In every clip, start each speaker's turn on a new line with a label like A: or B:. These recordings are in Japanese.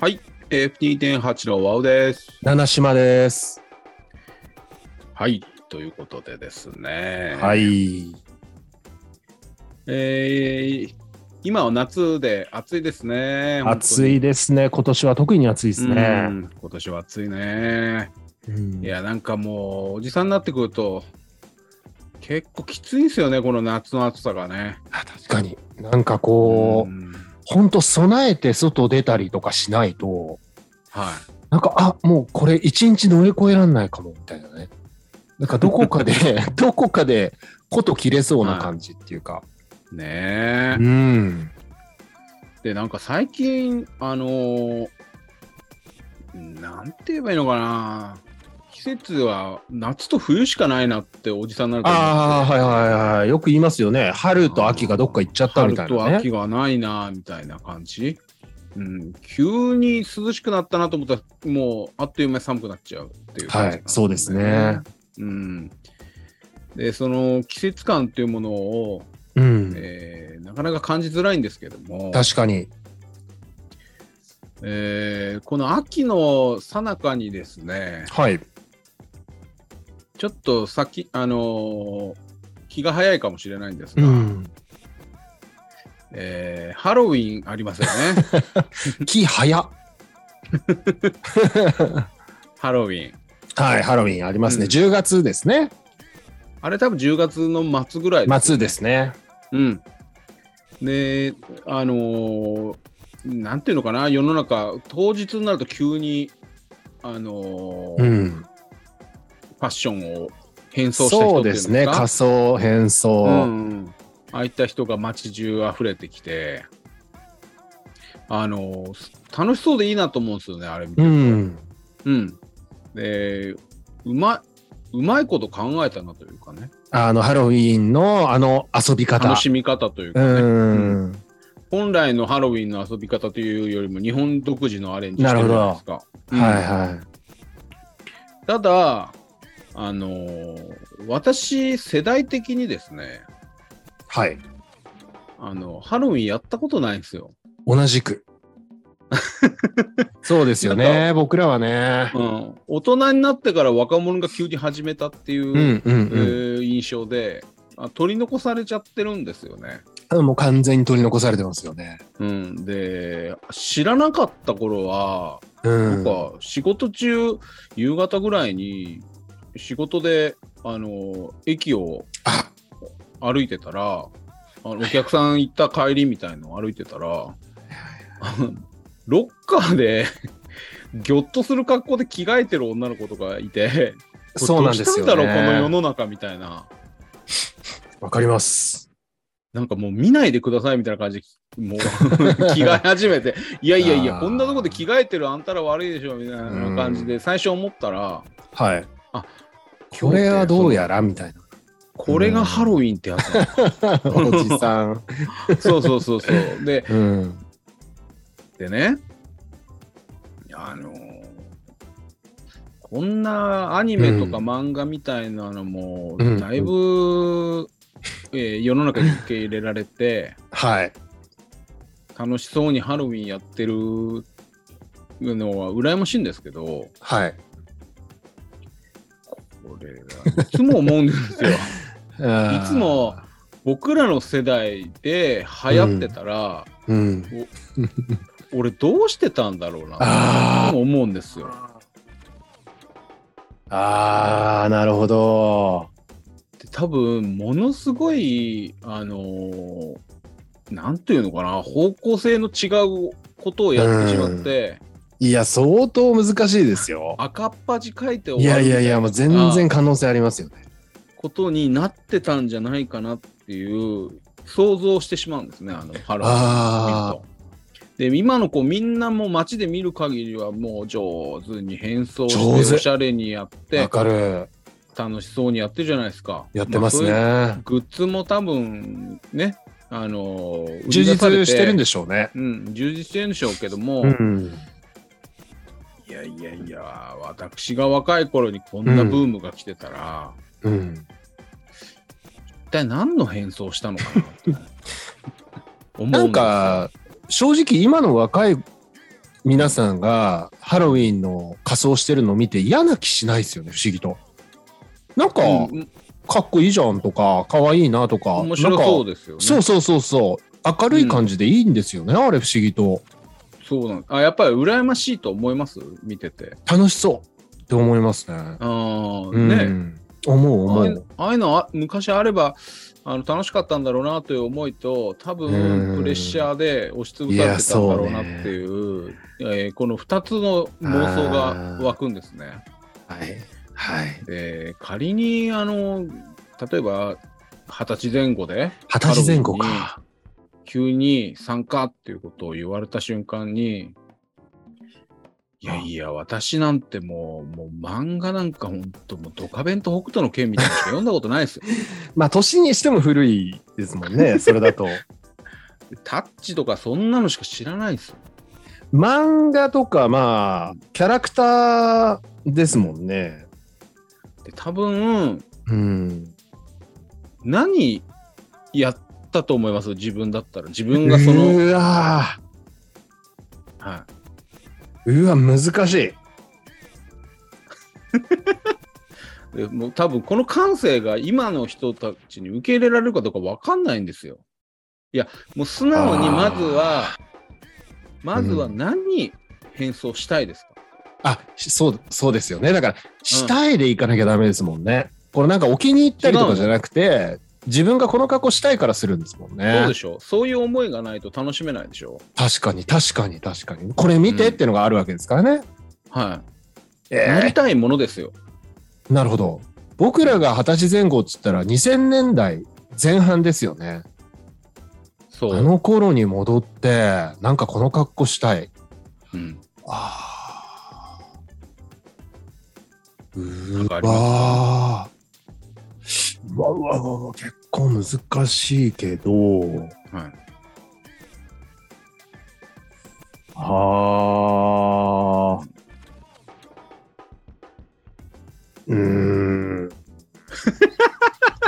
A: はい、FT.8 のワウです。
B: 七島です。
A: はい、ということでですね。
B: はい。
A: えー今は夏で暑いですね。
B: 暑いですね。今年は特に暑いで
A: です
B: ね。
A: 今年は暑いね。
B: うん
A: いや、なんかもう、おじさんになってくると、結構きついんですよね、この夏の暑さがね。
B: 確かに。なんかこ
A: う
B: う、
A: ん
B: ほんと備えて外出たりとかしないと、
A: は
B: なんか、あ、もうこれ一日乗り越えらんないかも、みたいなね。なんかどこか で、どこかで、こと切れそうな感じっていうか。
A: い。ねえ。
B: うん。
A: で、なんか最近、あのーなんて言えばいいのかな。季節は夏と冬しかないなっておじさんになると思
B: ああ、はいはいはい。よく言いますよね。春と秋がどっか行っちゃったみたいな、ね。
A: 春と秋がないなみたいな感じ、うん、急に涼しくなったなと思ったらもうあっという間に寒くなっちゃうっていう感じなん
B: はい、そうですね。
A: うん、でその季節感というものを、
B: うん。
A: えーなかなか感じづらいんですけども、
B: 確かに。
A: えーこの秋の最中にですね
B: はい。
A: ちょっと先あのー気が早いかもしれないんです
B: う
A: が、
B: ん。
A: えーハロウィンありますよ ね
B: 木早っ
A: ハロウィン
B: はい、ハロウィンありますね。
A: うん
B: 10月ですね。
A: あれ多分10月の末ぐらいです
B: 末ですね。
A: うん。で、あのーなんていうのかな、世の中、当日になると急に、あのー
B: うん。
A: ファッションを変装した人
B: そ
A: ってい
B: うで
A: うんです
B: す
A: か
B: ね。仮装、変装。
A: うんうんああいった人が街中溢れてきて、あのー楽しそうでいいなと思うんですよね、あれ見て
B: う
A: ると
B: ん。
A: うん。で、うまいうまいこと考えたなというかね、
B: あの、ハロウィンのあの遊び方。
A: 楽しみ方というか
B: う
A: ね、
B: ん。
A: 本来のハロウィンの遊び方というよりも日本独自のアレンジして
B: な
A: る
B: る
A: じゃ
B: ほど
A: ないですか。うん
B: はいは
A: ただ、あのー私、世代的にですね、
B: い。はい。
A: あのハロウィンやったことないんですよ。
B: 同 じく。そうですよ
A: な
B: ね。僕らはね
A: う。ん、大人になってから若者が急に始めたっていう、
B: うんうん
A: え
B: うん
A: ー印象であ、取り残されちゃってるんですよね。
B: あの。もう完全に取り残されてますよね。
A: うん、で、知らなかった頃は、
B: うん。
A: なんか仕事中、夕方ぐらいに仕事で、あの駅を
B: あ
A: 歩いてたら、あのお客さん行った帰りみたいのを歩いてたら、あのロッカーでぎょっとする格好で着替えてる女の子とかいて、
B: そうなんですよ、
A: どうしたんだろう、この世
B: ね。
A: の中みたいな、
B: わかります。
A: なんかもう見ないでくださいみたいな感じで、もう 着替え始めて、いやいやいや、
B: あー
A: こんなとこで着替えてるあんたら悪いでしょみたいな感じで、最初思ったら、
B: はい。
A: あ
B: これはどうやらみたいな。
A: これがハロウィンってやつ だ
B: おじさん。
A: そうそうそうそう。で、
B: うん。
A: でね、あのーこんなアニメとか
B: うん
A: 漫画みたいなのも、
B: うん
A: だいぶ、えー世の中に受け入れられて、
B: はい。
A: 楽しそうにハロウィンやってるのは羨ましいんですけど、
B: はい。
A: これいつも思うんですよ。いつも、僕らの世代で流行ってたら、
B: うん。
A: 俺どうしてたんだろうな
B: あ
A: と思うんですよ。
B: あ。ああ、なるほど。
A: で多分ものすごいあのーなんていうのかな方向性の違うことをやってしまって、
B: いや、相当難しいですよ。
A: 赤っ端書いて
B: い
A: 終わ
B: や
A: る
B: い
A: み
B: や
A: た
B: い
A: い
B: や、
A: な
B: もう全然可能性ありますよね。
A: ことになってたんじゃないかなっていう想像をしてしまうんですねあのハロウィンを見ると。で今の子みんなもう街で見る限りはもう上手に変装
B: 上
A: して
B: 手
A: おしゃれにやって
B: わかる。
A: 楽しそうにやってるじゃないですか。
B: やってますね。
A: あそういうグッズも多分ね、あのー
B: 充実してるん
A: で
B: でしょうね。
A: うん、充実してるんでしょうけども、
B: うん。
A: いやいやいや、私が若い頃にこんなブームが来てたら、
B: うん。
A: 一体何の変装したのかなって思う
B: な
A: です
B: ん
A: よ
B: か、正直今の若い皆さんがハロウィンの仮装してるのを見て嫌な気しないですよね、不思議と。なんか、
A: うん
B: かっこいいじゃんとか、かわいいなとか、
A: 面白そう
B: なんか
A: ですよね。
B: そうそうそうそう、明るい感じでいいんですよね、あれ不思議と。
A: そうなんあやっぱり羨ましいと思います見てて。
B: 楽しそうって思いますね。
A: あー
B: うん、
A: ね
B: 思う
A: ああ
B: 思
A: いうう。ああいうのあ昔あればあの楽しかったんだろうなという思いと多
B: うん
A: 分プレッシャーで押しつぶされてたんだろうなっていうえーこの2つの妄想が湧くんですね。
B: はい。はい。
A: で仮にあの例えば二十歳前後で
B: 二十歳前後か。
A: 急に参加っていうことを言われた瞬間にいやいや私なんてもうもう漫画なんかほんともうドカベンと北斗の剣みたいなのしか読んだことないですよ。
B: まあ、年にしても古いですもん ね、それだと。
A: タッチとかそんなのしか知らないですよ。
B: 漫画とか、まあ、キャラクターですもんね。
A: で多分
B: うん。
A: 何やったと思います自分だったら自分がその、
B: うわ
A: は
B: ーうわ、難しい。
A: い、でもう多分この感性が今の人たちに受け入れられるかどうかわかんないんですよ。いやもう素直にまずはまずは何に変装したいですか、
B: あ、しそう、そうですよね。だから、したいでいかなきゃダメですもんね。これなんかお気に入ったりとかじゃなくて、自分がこの格好したいからするんですもんね。
A: そうでしょそういう思いがないと楽しめないでしょ
B: 確かに確かに確かにこれ見てってのがあるわけですからね、
A: はい、なり
B: え
A: たいものですよ。
B: ーなるほど僕らが二十歳前後っつったら2000年代前半ですよねあ
A: そう。
B: の頃に戻ってなんかこの格好したい
A: うん、
B: あーう
A: なん
B: ー
A: かあり
B: わーうわうわうわうわ結構難しいけど
A: はい、
B: ああ。うーん。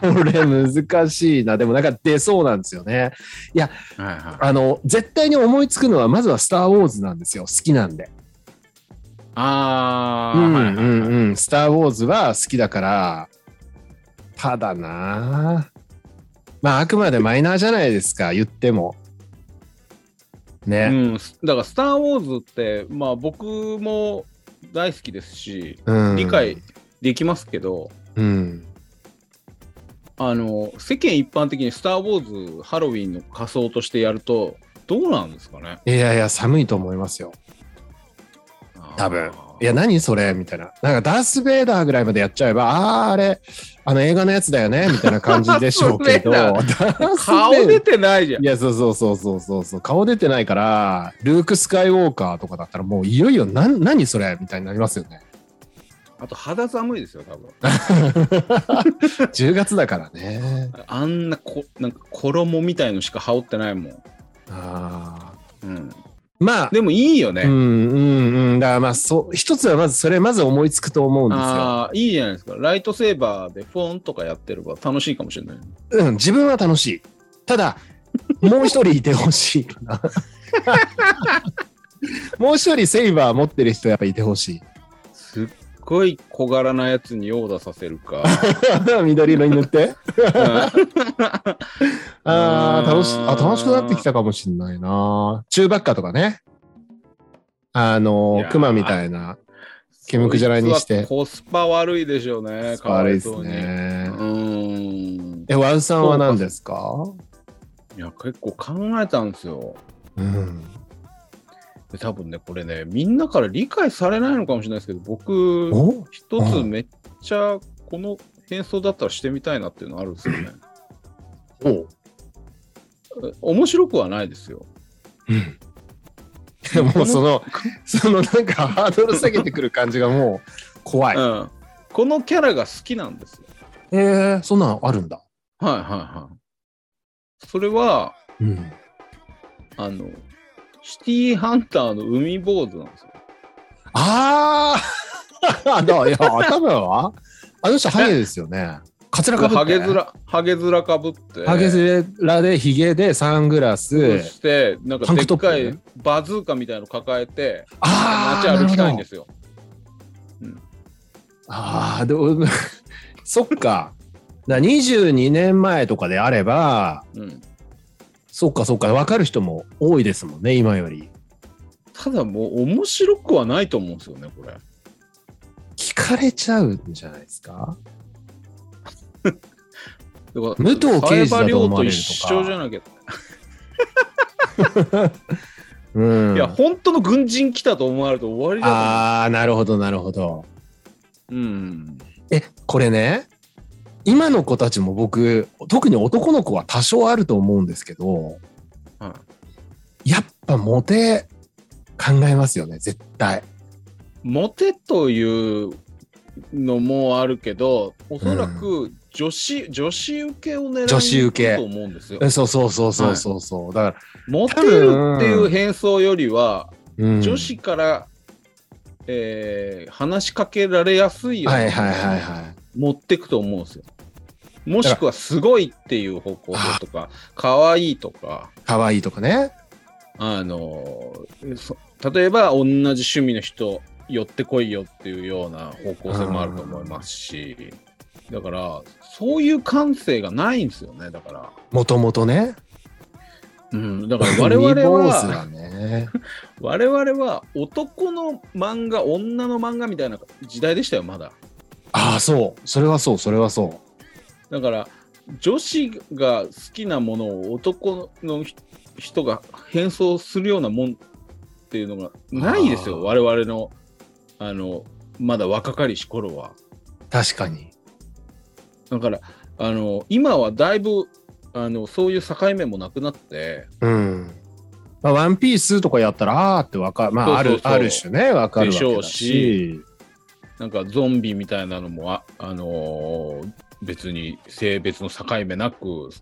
B: これ難しいな。でもなんか出そうなんですよね。
A: はい、はい。
B: あの、絶対に思いつくのは、まずはスター・ウォーズなんですよ。好きなんで。
A: ああ、
B: うん
A: はいはい
B: うん
A: はい
B: うん。スター・ウォーズは好きだから、ただなあまあ、あくまでマイナーじゃないですか、言っても。ね。
A: うん、すだから「スター・ウォーズ」ってまあ僕も大好きですし
B: うん。
A: 理解。できますけど、
B: うん。
A: あの世間一般的に「スター・ウォーズ」ハロウィンの仮装としてやるとどうなんですかね
B: いやいや、寒いと思いますよ。多分いや、何それみたいな。なんか、ダース・ベイダーぐらいまでやっちゃえば、ああ、あれ、あの映画のやつだよねみたいな感じでしょうけど、
A: ダ
B: ダース
A: 顔
B: ベイ
A: 出てないじゃん
B: いや、そうそうそうそうそうそう、顔出てないから、ルーク・スカイウォーカーとかだったら、もういよいよ、なん何それみたいになりますよね。
A: あと肌寒いですよ多分
B: 10月だからね。
A: あんなこなんか衣みたいのしか羽織ってないもん、
B: あ
A: うん、
B: ーまあ、
A: でもいいよね、
B: うんうんうん、だからまあ、そう、一つはまず、それ、まず思いつくと思うんですよ。
A: ああいいじゃないですかライトセーバーでフォンとかやってれば楽しいかもしれない
B: うん、自分は楽しい。ただ、もう一人いてほしい かな。もう一人セイバー持ってる人やっぱい てほし
A: すっごい小柄なやつにオーダーさせるか。
B: い。緑色に塗って。
A: うん
B: あ
A: うーん
B: あ、楽し、あ、楽しくなってきたかもしんないな。中ばっかとかね。あ
A: い
B: の
A: や、ー
B: クマみたいな。 煙くじゃらにし
A: そいつ
B: て
A: はコスパ悪いでしょうね。かわ
B: 悪い
A: い
B: で
A: そ
B: す
A: うに。
B: ね
A: う。ーん。
B: え、ワウさんは何ですか
A: いや、結構考えたんですよ。
B: うん。
A: で多分ね、これね、みんなから理解されないのかもしれないですけど、 僕、
B: お
A: 一
B: う
A: つ
B: ん
A: めっちゃこの変装だったらしてみたいなっていうのあるんですよね。
B: お
A: え面白くはないですよ。
B: うん。でもその、そのなんかハードル下げてくる感じがもう怖い。
A: うん。このキャラが好きなんですよ。
B: えー、そんなのあるんだ。
A: はいはいはい。それは、
B: うん。
A: あの、シティーハンターの海坊主なんですよ。
B: あああの、いや、頭はあの人、ハゲですよね。カツラかぶ
A: ハ
B: って
A: ゲヅラ、ハゲヅラかぶって。
B: ハゲヅラでヒゲでサングラス
A: そして、なん
B: タ
A: か
B: ン
A: で
B: ク
A: っ
B: トップ
A: か
B: ね
A: いバズーカみたいの抱えて、
B: あ
A: 街
B: あ
A: 歩きたいんですすよ。
B: ああでも そっかだから22年前とかであれば
A: うん、
B: そっかそっか分かる人も多いですもんね今より
A: ただもう面白くはないと思うんですよね、これ。
B: 聞かれちゃうんじゃないですか
A: 武
B: 武藤敬司だと思われるとか
A: 一緒じゃなきゃ、
B: うん
A: いや、本当の軍人来たと思われると終わりだ
B: ああなるほどなるほど
A: と思う。うん。
B: えこれね今の子たちも僕特に男の子は多少あると思うんですけど
A: は
B: やっぱモテ考えますよね絶対
A: い、モテというのもあるけど、おそらく女子、女子受けを狙う
B: 女子受け
A: と思うんですよ
B: え。そうそうそうそうそうそう、だか
A: モテるっていう変装よりは、
B: ら、うん
A: 女子から、えー話しかけられやすいよう
B: は
A: に
B: いはいはいはい
A: 持ってくと思うんですよ。もしくはすごいっていう方向とか、可愛いとか、
B: 可愛いとかね
A: あのそ例えば同じ趣味の人寄ってこいよっていうような方向性もあると思いますし、だからそういう感性がないんですよね。だから、
B: もともとね
A: うん、だ から我々
B: 未坊主
A: は。
B: だね
A: 我々は男の漫画女の漫画みたいな時代でしたよまだ
B: ああそうそれはそうそれはそう
A: だから女子が好きなものを男のひ人が変装するようなもんっていうのがないです
B: あー
A: よ我々のあのまだ若かりし頃は
B: 確かに
A: だからあの今はだいぶあのそういう境目もなくなって
B: うんまあ、ワンピースとかやったら、あーってわかる。まあ、
A: そう
B: あ
A: そ
B: る
A: う、そう
B: ある種ね、わかるわ
A: でし
B: け
A: ょ
B: だ
A: う
B: し
A: し。なんかゾンビみたいなのもあ、あのー別に性別の境目なく好き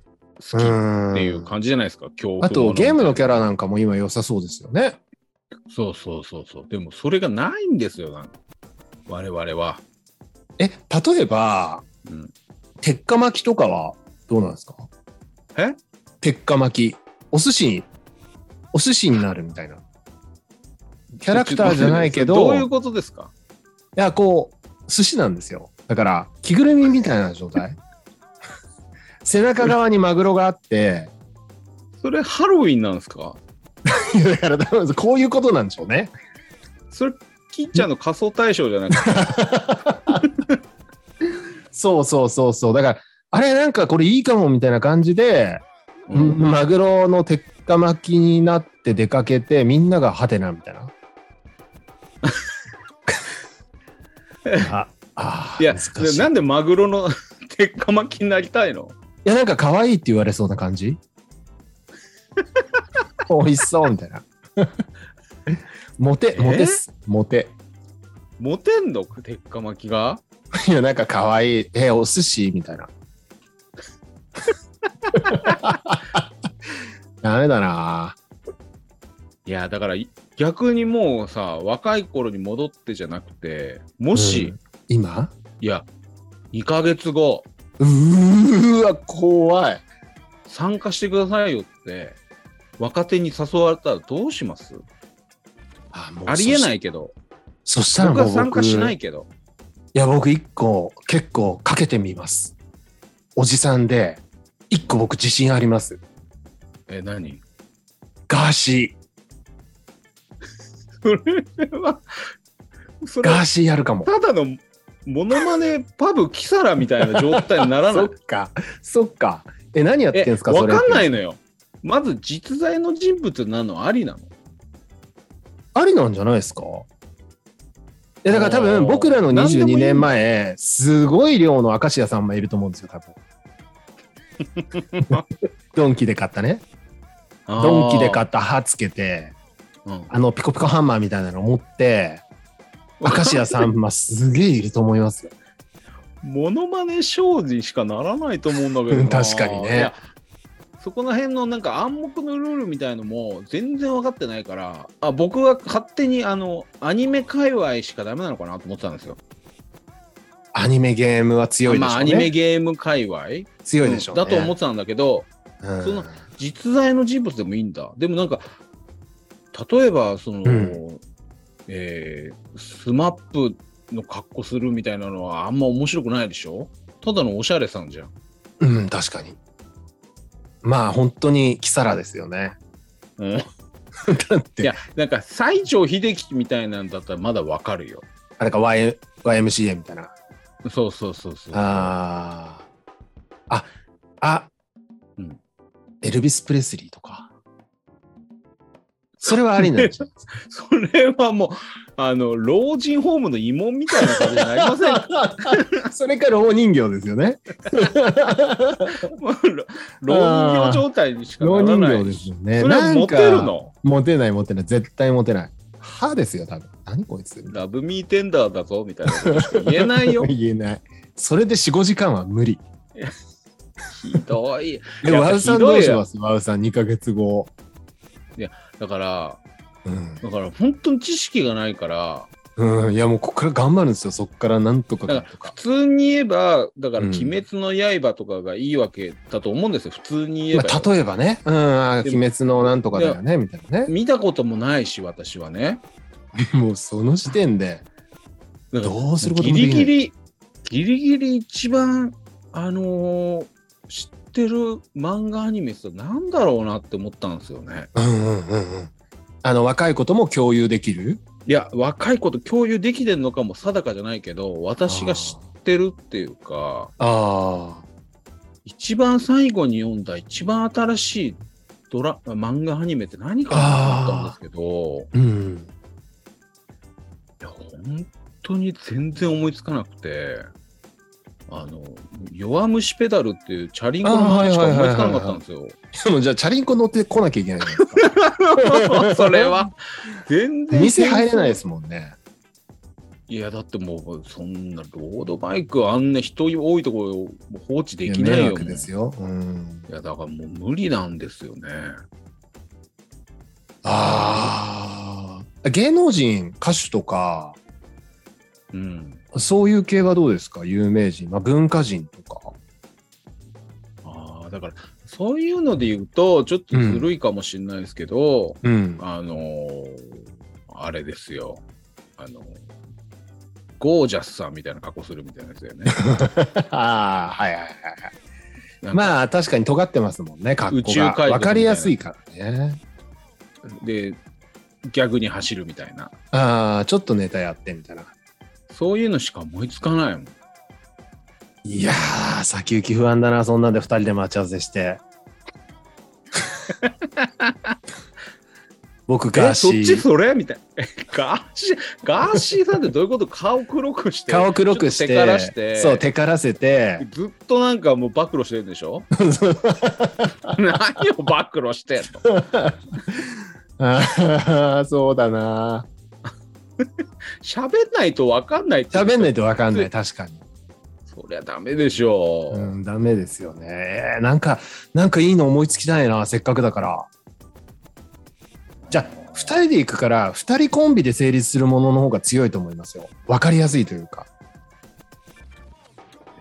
B: うーん
A: っていう感じじゃないですか、恐怖
B: あと、ゲームのキャ
A: ラ。
B: ラなんかも今良さそうですよね。
A: そうそうそうそう。でもそれがないんですよ、なんか我々は。
B: え、例えば、
A: うん、
B: 鉄火巻きとかはどうなんですか
A: え
B: 鉄火巻き。お寿司に、お寿司になるみたいな。キャラクターじゃないけど、
A: どういうことですか
B: いや、こう、寿司なんですよ。だから、着ぐるみみたいな状態。 背中側にマグロがあって、
A: それハロウィンなんですか
B: いやだから多分こういうことなんでしょうね。
A: それ、キッちゃんの仮装大賞じゃなく て、
B: そうそうそうそう。だから、あれなんかこれいいかもみたいな感じで、
A: うん
B: マグロの鉄火巻きになって出かけて、みんながハテナみたい な。ああー
A: いや、
B: 難しい
A: なんでマグロの 鉄火巻きになりたいの
B: いや、なんか可愛いって言われそうな感じ 美味しそうみたいな。モテ、モテっす。モテ。
A: モテんの鉄火巻きが
B: いや、なんか可愛い。え、お寿司みたいな。 ダメだない
A: や、だからい逆にもうさ、若い頃に戻ってじゃなくて、もし、
B: うん今
A: いや、2ヶ月後、
B: うーわ、怖い。
A: 参加してくださいよって、若手に誘われたらどうします
B: あもう
A: ありえ
B: そし
A: ないけど、
B: そしたらもう
A: 僕は
B: 僕
A: 参加しないけど、
B: いや、僕一個結構かけてみます。おじさんで、一個僕自信あります。
A: え、何
B: ガーシー。
A: それは、それ
B: ガ
A: は
B: ーシーやるかも。
A: ただのモノマネパブキサラみたいな状態にならな
B: そ
A: い
B: っ。か、そっか。え、何やってん
A: え、
B: ですか、
A: わ
B: それ。。
A: かんないいのよ。まず実在の人物なのありなの
B: ありなんじゃないですかえ、だから多
A: あー
B: 分僕らの
A: 何でもいい
B: 22年前、すごい量の明石家さんまいると思うんですよ、 多分。ドンキで買ったね。ドンキで買
A: っ
B: った歯つけて、
A: た。うん
B: あのピコピコハンマーみたいなの持って、明石家さんますげえいると思いますよ。
A: モノマネ商人しかならないと思うんだけどな
B: 確かにね
A: いやそこら辺のなんか暗黙のルールみたいのも全然分かってないからあ僕は勝手にあのアニメ界隈しかダメなのかなと思ってたんですよ
B: アニメゲームは強いでし
A: ま
B: ょ
A: あ
B: う
A: ア
B: ね。
A: ニメゲーム界隈
B: 強いでしょうね。
A: だと思ってたんだけど
B: うん
A: その実在の人物でもいいんだでもなんか例えばその、
B: うん
A: えー、スマップの格好するみたいなのはあんま面白くないでしょただのおしゃれさんじゃん
B: うん、確かに。まあ本当にキサラですよね。
A: うん
B: だっ
A: い
B: て、
A: やなんか西城秀樹みたいなんだったらまだわかるよ
B: あれか y YMCA みたいな。
A: そうそうそうそう
B: ああ。あ、あ、
A: うん
B: エルビス・プレスリーとか。それはありな んじゃないですか。
A: それはもうあの老人ホームの慰問みたいな感じになりま せん
B: それから大人形ですよね。
A: もう 老人形状態にしかな
B: 老
A: らない
B: 人形ですよね。
A: それはモテる
B: なんか
A: の
B: モテないモテない。絶対モテない。歯ですよ、多分。何こいつ
A: ラブミーテンダーだぞみたいなことしか言えない よ
B: 言えない。それで4、5時間は無理。
A: ひどい
B: え、
A: やっぱ
B: ワウさん
A: ひどい
B: ど
A: よ
B: うしますワウさん2ヶ月後。
A: だから
B: うん。
A: だから本当に知識がないから
B: うん。いや、もうここから頑張るんですよ。そこからなんとかかんとか。
A: 普通に言えばだから「
B: うん
A: 鬼滅の刃」とかがいいわけだと思うんですよ普通に言えば
B: ま
A: よ、
B: あ、例えばね、うん、あー
A: で
B: 鬼滅のなんとかだよね、みたいなね。
A: 見たこともないし私はね
B: もうその時点で、
A: だから
B: どうすること
A: ギ
B: もでき
A: リ
B: ない。
A: ギリギリギリ一番あのー知ってる漫画アニメってなんだろうなって思ったんですよね
B: うんうんうんうん。あの、若いことも共有できる
A: いや若い子と共有できてるのかも定かじゃないけど私が知ってるっていうか
B: あ
A: 一番最後に読んだ一番新しいドラ漫画アニメって何かなと思ったんですけど
B: あ。うん。
A: いや本当に全然思いつかなくてあの「弱虫ペダル」っていうチャリンコの話しか思いつかなかったんです よ。
B: でもじゃあ、チャリンコ乗ってこなきゃいけないじゃないですか。
A: それは全然
B: 店入れないですもんね。
A: いやだってもうそんなロードバイクあんな人多いところを放置できない
B: 迷
A: よ
B: 惑
A: もう
B: ですよ。うん。
A: いやだからもう無理なんですよね。
B: ああ。芸能人、歌手とか、
A: うん。
B: そういう系はどうですか有名人、まあ、文化人とか。
A: ああだからそういうので言うとちょっとずるいかもしれないですけど、
B: うん。
A: あのーあれですよ。あのーゴージャスさんみたいな格好するみたいなやつ だよね。
B: ああ、はいはいはい
A: な
B: は
A: ん
B: い。
A: か
B: まあ確かに尖ってますもんね、格
A: 宇
B: 好
A: 宙
B: が。
A: 海賊
B: わかりやすいからね。
A: で、ギャグに走るみたいな。
B: ああ、ちょっとネタやってみたいな。
A: そういうのしか思いつかないもん。
B: いやー、先行き不安だな、そんなんで2人で待ち合わ せして。僕、ガー
A: え、
B: シ
A: そっち
B: ー。
A: それみたいな。 えガーシー、ガーシーさんってどういうこと顔黒くして。
B: 顔黒くして
A: ちょっと手からして。
B: そう、手からせて、
A: ずっとなんかもう暴露してるんでし ょ何を暴露してんの
B: ああ、そうだな。
A: 喋んないと分かんないって
B: 喋んないとわかんない、確かに。
A: そりゃダメでしょう、
B: うん、ダメですよね。えーなんか、なんかいいの思いつきたいな、せっかくだから。じゃあ、2人で行くから、2人コンビで成立するものの方が強いと思いますよ。わかりやすいというか。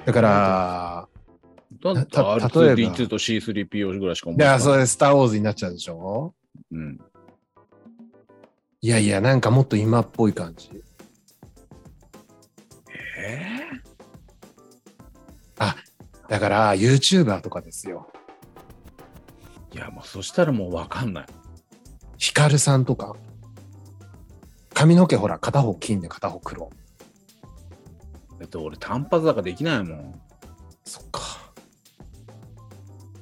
B: だから、
A: だって
B: た例えば
A: R2D2 と C3PO ぐらいしか思いつか
B: い
A: な
B: や、
A: い。
B: それ、スター・ウォーズになっちゃうでしょ
A: うん、
B: いやいや、なんかもっと今っぽい感じ。
A: え
B: だから、YouTuber とかですよ。
A: ーいや、もうそしたらもうわかんない。
B: ヒカルさんとか。髪の毛ほら、片方金で片方黒。
A: だって俺単発だからできないもん。
B: そっか。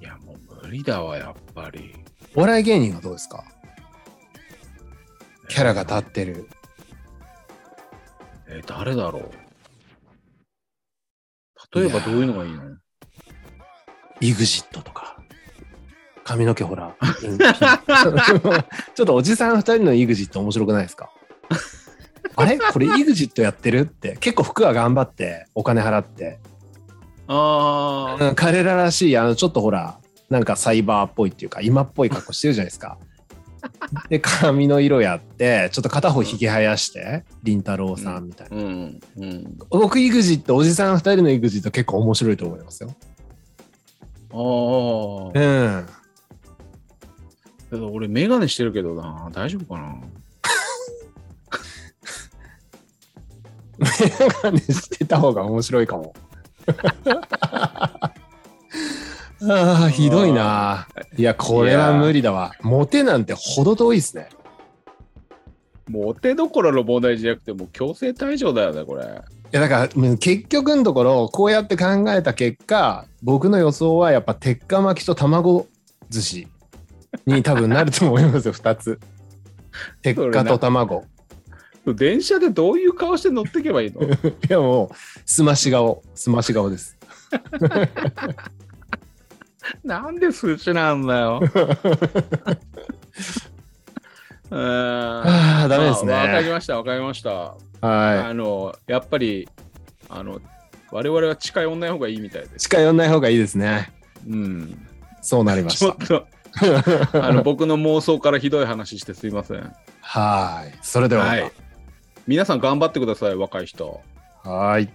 A: いや、もう無理だわ、やっぱり。
B: お笑い芸人はどうですかキャラが立ってる。
A: えー誰だろう例えばどういうのがいいの
B: イグジットとか。髪の毛ほら。ピンピンちょっとおじさん二人のイグジット面白くないですかあれこれイグジットやってるって。結構服は頑張って、お金払って。
A: あ
B: うん彼ららしい、あの、ちょっとほら、なんかサイバーっぽいっていうか、今っぽい格好してるじゃないですか。で髪の色やってちょっと片方ひげ生やしてりんたろうさんみたいな、
A: うんうん、
B: 僕 EXIT おじさん2人の EXIT 結構面白いと思いますよ
A: ああ、
B: うん
A: ただ俺、メガネしてるけどな、大丈夫かな。
B: メガネしてた方が面白いかも あーひどいないやこれは無理だわモテなんてほど遠いですね
A: もうお手どころの問題じゃなくて、もう強制退場だよね、これ。
B: いやだからうん結局のところこうやって考えた結果僕の予想はやっぱ鉄火巻きと卵寿司に多分なると思いますよ2つ鉄火と卵
A: 電車でどういう顔して乗ってけば いいの
B: いやもうすまし顔すまし顔です
A: なんで寿司なんだ よ。うーん
B: ああダメですね
A: まあわかりました、わかりました。
B: は
A: あの、やっぱり、あの、我々は近寄んない方がいいみたいで
B: い
A: す。
B: 近寄んない方がいいですね
A: うん。
B: そうなりま
A: ち
B: し
A: ょったと、あの、僕の妄想からひどい話してすいません。
B: はいそれではま
A: はい。皆さん頑張ってください、若い人。
B: たはい